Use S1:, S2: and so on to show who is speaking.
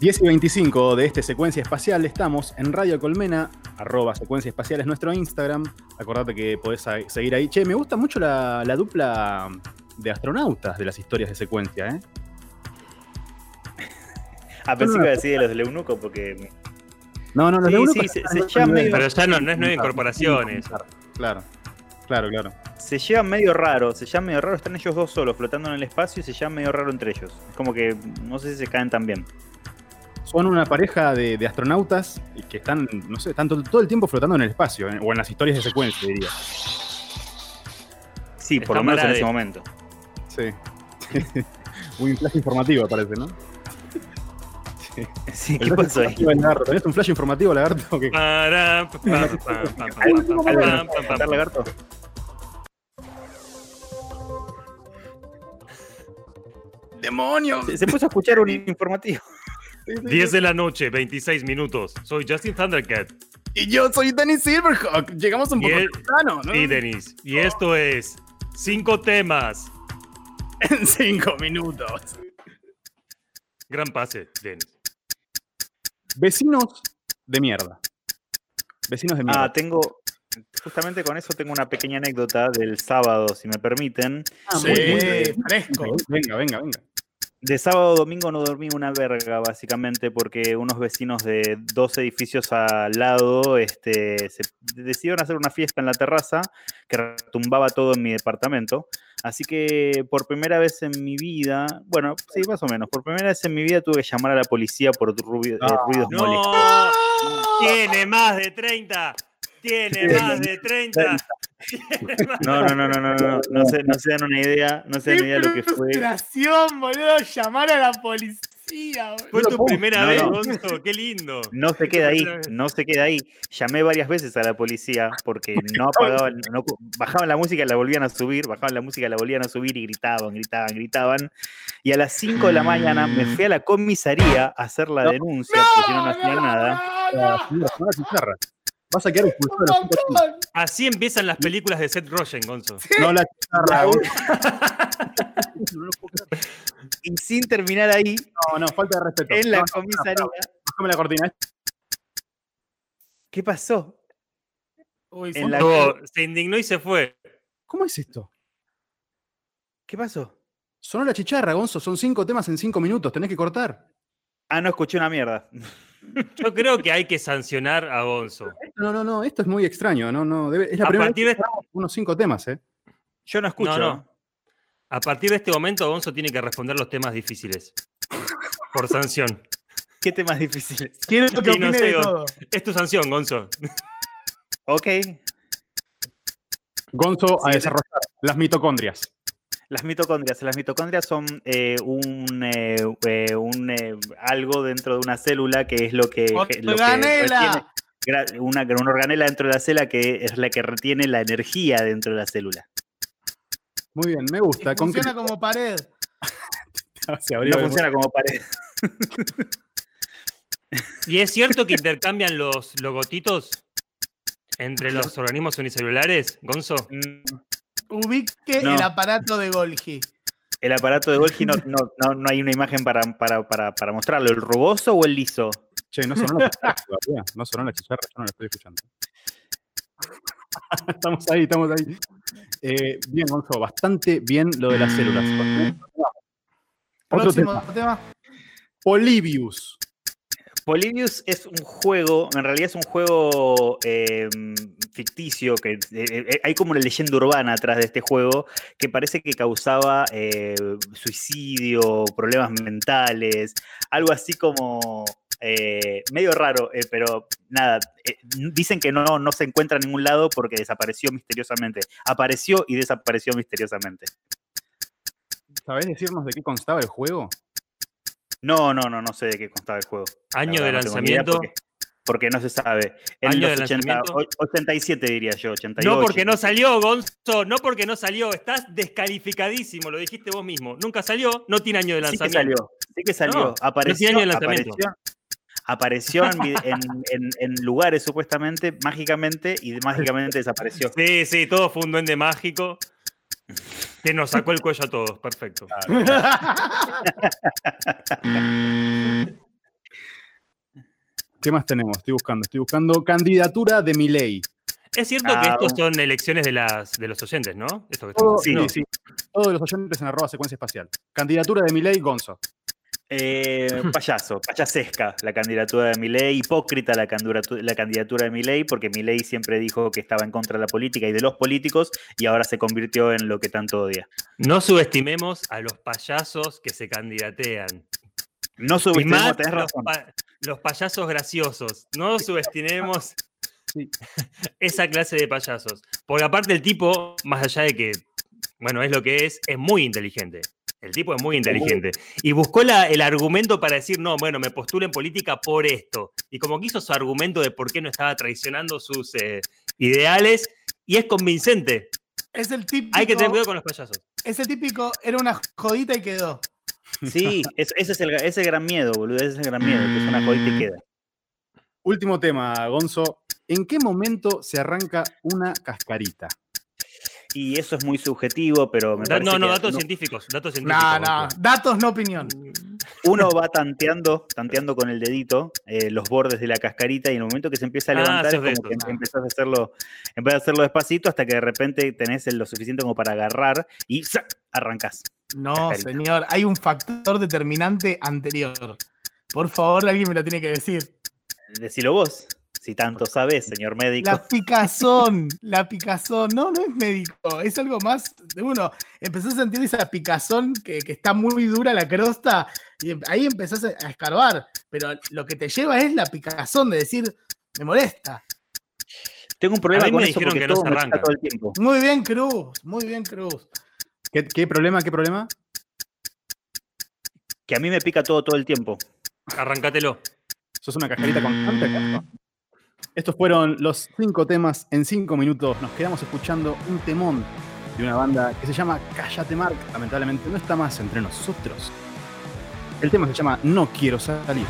S1: 10 y 25 de este Secuencia Espacial estamos en Radio Colmena, arroba Secuencia Espacial es nuestro Instagram. Acordate que podés a- seguir ahí. Che, me gusta mucho la, la dupla de astronautas de las historias de secuencia, ¿eh?
S2: A Ah, pensé que iba a decir de los del eunuco porque.
S1: No, no, los
S2: Sí,
S1: de Europa
S2: sí,
S1: están
S2: se-
S1: en
S2: se
S1: otro
S2: llama
S1: nivel.
S2: medio-
S3: Pero ya no, no es nueve incorporaciones.
S1: Claro, claro, claro.
S2: Se llevan medio raro, se llevan medio raro, están ellos dos solos flotando en el espacio y se llevan medio raro entre ellos. Es como que no sé si se caen tan bien.
S1: Son una pareja de, de astronautas y que están, no sé, están to- todo el tiempo flotando en el espacio, ¿eh? o en las historias de secuencia, diría.
S2: Sí, por lo menos
S3: Está
S2: en
S3: mala
S2: ese
S3: de-
S2: momento.
S1: Sí. Un flash informativo, parece, ¿no?
S2: Sí,
S1: El
S2: ¿qué
S1: flash
S2: pasó ahí?
S1: informativo, Lagarto. ¿Tenés un flash informativo, Lagarto? Que...
S3: Pará, pam, pam, pam, pam,
S2: Ahí
S3: pam,
S2: vamos a
S3: pam,
S2: ver,
S3: pam, pam,
S2: ¿cantar
S3: pam.
S2: lagarto?
S1: ¡Demonios!
S2: Se, se puso a escuchar un informativo.
S3: 10 de la noche, 26 minutos. Soy Justin Thundercat
S1: Y yo soy Danny Silverhawk. Llegamos un
S3: poco Bien.
S1: temprano,
S3: y Denis. Y esto es cinco temas.
S1: En cinco minutos.
S3: Gran pase, Denis.
S1: Vecinos de mierda. Vecinos de mierda.
S2: Ah, tengo. Justamente con eso tengo una pequeña anécdota del sábado, si me permiten.
S4: Sí,
S1: Ah, muy bien.
S4: fresco.
S1: Venga, venga, venga.
S2: De sábado a domingo no dormí una verga, básicamente, porque unos vecinos de dos edificios al lado este, se decidieron hacer una fiesta en la terraza que retumbaba todo en mi departamento. Así que por primera vez en mi vida, bueno, sí, más o menos, por primera vez en mi vida tuve que llamar a la policía por ruido- eh,
S1: Ah,
S2: ruidos molestos.
S3: No, tiene más de 30. Tiene más de 30.
S2: No, no, no, no, no, no, no se, no se dan una idea, no se dan
S4: Qué
S2: una idea lo que fue.
S4: frustración, boludo, llamar a la policía, boludo.
S3: Fue tu primera
S2: no,
S3: vez,
S2: no.
S3: Gonzo. Qué lindo.
S2: No se queda ahí, no se queda ahí. Llamé varias veces a la policía porque no apagaban, no, bajaban la música, la volvían a subir, bajaban la música, la volvían a subir y gritaban, gritaban, gritaban. Y a las 5 de la mañana me fui a la comisaría a hacer la
S1: No.
S2: denuncia porque no, no hacían nada.
S1: Ah, señora, señora Pizarra, Vas a quedar expulsado de la Junta Cívica.
S4: montón.
S3: Así empiezan las películas de Seth Rogen, Gonzo.
S1: No la Pizarra.
S2: Y sin terminar ahí,
S1: No, no, falta de respeto.
S2: en la
S1: No,
S2: comisaría.
S1: Bájame la cortina.
S2: ¿Qué pasó?
S4: Uy,
S2: En
S4: sí.
S2: la-
S3: Tuvo- se indignó y se fue.
S1: ¿Cómo es esto?
S2: ¿Qué pasó?
S1: Sonó la chicharra, Gonzo. Son cinco temas en cinco minutos. Tenés que cortar.
S2: Ah, no escuché una mierda.
S3: Yo creo que hay que sancionar a Gonzo.
S1: No, no, no. Esto es muy extraño. No, no. debe- es la
S3: A
S1: primera
S3: partir
S1: vez que
S3: de-
S1: grabamos unos cinco temas, ¿eh?
S2: Yo no escucho.
S3: no. A partir de este momento, Gonzo tiene que responder los temas difíciles. Por sanción.
S2: ¿Qué temas difíciles?
S4: Quiero
S3: Y
S4: que
S3: no
S4: opine
S3: sé,
S4: de
S3: Gon-
S4: todo.
S3: Es tu sanción, Gonzo.
S2: Ok,
S1: Gonzo a desarrollar las mitocondrias.
S2: Las mitocondrias. Las mitocondrias son eh, un, eh, eh, un, eh, algo dentro de una célula que es lo que, Eh, lo que retiene-
S4: ¡Organela!
S2: gra- una, una organela dentro de la célula que es la que retiene la energía dentro de la célula.
S1: Muy bien, me
S4: Y
S1: gusta. Con
S4: Funciona como pared.
S1: Se abrió
S2: No
S1: el-
S2: funciona como pared.
S3: ¿Y es cierto que intercambian los logotitos entre los organismos unicelulares, Gonzo?
S2: mm,
S4: Ubique
S2: No.
S4: el aparato de Golgi.
S2: El aparato de Golgi no, no, no, no hay una imagen para, para, para, para mostrarlo. ¿El rugoso o el liso?
S1: Che, no sonó la chicharra todavía. No sonó la chicharra, yo no la estoy escuchando. estamos ahí, estamos ahí. Eh, bien, Gonzo, bastante bien lo de las células. Otro
S4: Próximo
S1: tema,
S4: tema.
S1: Polybius.
S2: Polybius es un juego, en realidad es un juego eh, ficticio, que eh, eh, hay como una leyenda urbana atrás de este juego que parece que causaba eh, suicidio, problemas mentales, algo así como eh, medio raro, eh, pero nada, eh, n- dicen que no, no se encuentra en ningún lado porque desapareció misteriosamente, apareció y desapareció misteriosamente.
S1: ¿Sabés decirnos de qué constaba el juego?
S2: No, no, no, no sé de qué constaba el juego. La
S3: Año de
S2: verdad, no tengo ni idea
S3: lanzamiento.
S2: Porque, porque no se sabe. En
S3: Año
S2: los
S3: de
S2: 80,
S3: lanzamiento.
S2: o- 87 diría yo, 88.
S3: No porque no salió, Gonzo, no porque no salió. Estás descalificadísimo, lo dijiste vos mismo. Nunca salió, no tiene año de
S2: Sí que
S3: lanzamiento.
S2: salió, sí que salió.
S3: No,
S2: apareció,
S3: año de lanzamiento.
S2: apareció- apareció en, vi- en- en- en lugares supuestamente, mágicamente, y mágicamente desapareció.
S3: Sí, sí, todo fue un duende mágico que nos sacó el cuello a todos. Perfecto.
S1: ¿Qué más tenemos? Estoy buscando, estoy buscando candidatura de Milei.
S3: Es cierto que
S2: Ah,
S3: estos son elecciones de, las, de los oyentes, ¿no? Esto que
S1: Todo-
S3: estamos-
S2: Sí,
S1: no, Todos los oyentes en arroba secuencia espacial. Candidatura de Milei Gonzo.
S2: Eh, payaso, payasesca la candidatura de Milei, hipócrita la candidatura, la candidatura de Milei, porque Milei siempre dijo que estaba en contra de la política y de los políticos y ahora se convirtió en lo que tanto odia.
S3: No subestimemos a los payasos que se candidatean.
S2: No
S3: Y más
S2: subestimemos, tenés
S3: los,
S2: razón.
S3: pa- los payasos graciosos. No subestimemos
S1: Sí.
S3: esa clase de payasos. Porque aparte el tipo, más allá de que, bueno, es lo que es, es muy inteligente. El tipo es muy inteligente. Y buscó la- el argumento para decir, no, bueno, me postulo en política por esto. Y como que hizo su argumento de por qué no estaba traicionando sus eh, ideales, y es convincente.
S4: Es el típico.
S3: Hay que tener cuidado con los payasos.
S4: Es el típico, era una jodita y quedó.
S2: Sí, es- ese es el, ese es el gran miedo, boludo, ese es el gran miedo, que es una jodita y queda.
S1: Último tema, Gonzo. ¿En qué momento se arranca una cascarita?
S2: Y eso es muy subjetivo, pero me
S3: Da-
S2: parece
S3: no, no,
S2: que
S3: datos
S2: uno-
S3: científicos. Datos científicos.
S4: No, no. Datos, no opinión.
S2: uno va tanteando, tanteando con el dedito eh, los bordes de la cascarita y en el momento que se empieza a
S3: Ah,
S2: levantar es
S3: sos de
S2: como que
S3: esos,
S4: ah.
S2: empezás a hacerlo, empezás a hacerlo despacito hasta que de repente tenés el- lo suficiente como para agarrar y ¡zac! arrancás.
S4: No,
S2: Cascarita.
S4: señor, hay un factor determinante anterior. Por favor, alguien me lo tiene que decir.
S2: Decilo vos, si tanto sabés, señor médico.
S4: La picazón, la picazón. No, no es médico, es algo más de uno. Empezás a sentir esa picazón que, que está muy dura la crosta y em- ahí empezás a a escarbar. Pero lo que te lleva es la picazón de decir, me molesta.
S2: Tengo un problema
S3: mí me
S2: con eso
S3: dijeron
S2: porque
S3: que no
S2: todo
S3: se
S2: me pica
S3: arranca.
S2: todo el tiempo.
S4: Muy bien, Cruz, muy bien, Cruz.
S1: ¿Qué, qué problema? ¿Qué problema?
S2: Que a mí me pica todo todo el tiempo.
S3: Arrancátelo.
S1: ¿Sos una cascarita constante? acaso? Estos fueron los cinco temas en cinco minutos. Nos quedamos escuchando un temón de una banda que se llama Cállate Mark. Lamentablemente no está más entre nosotros. El tema se llama No Quiero Salir.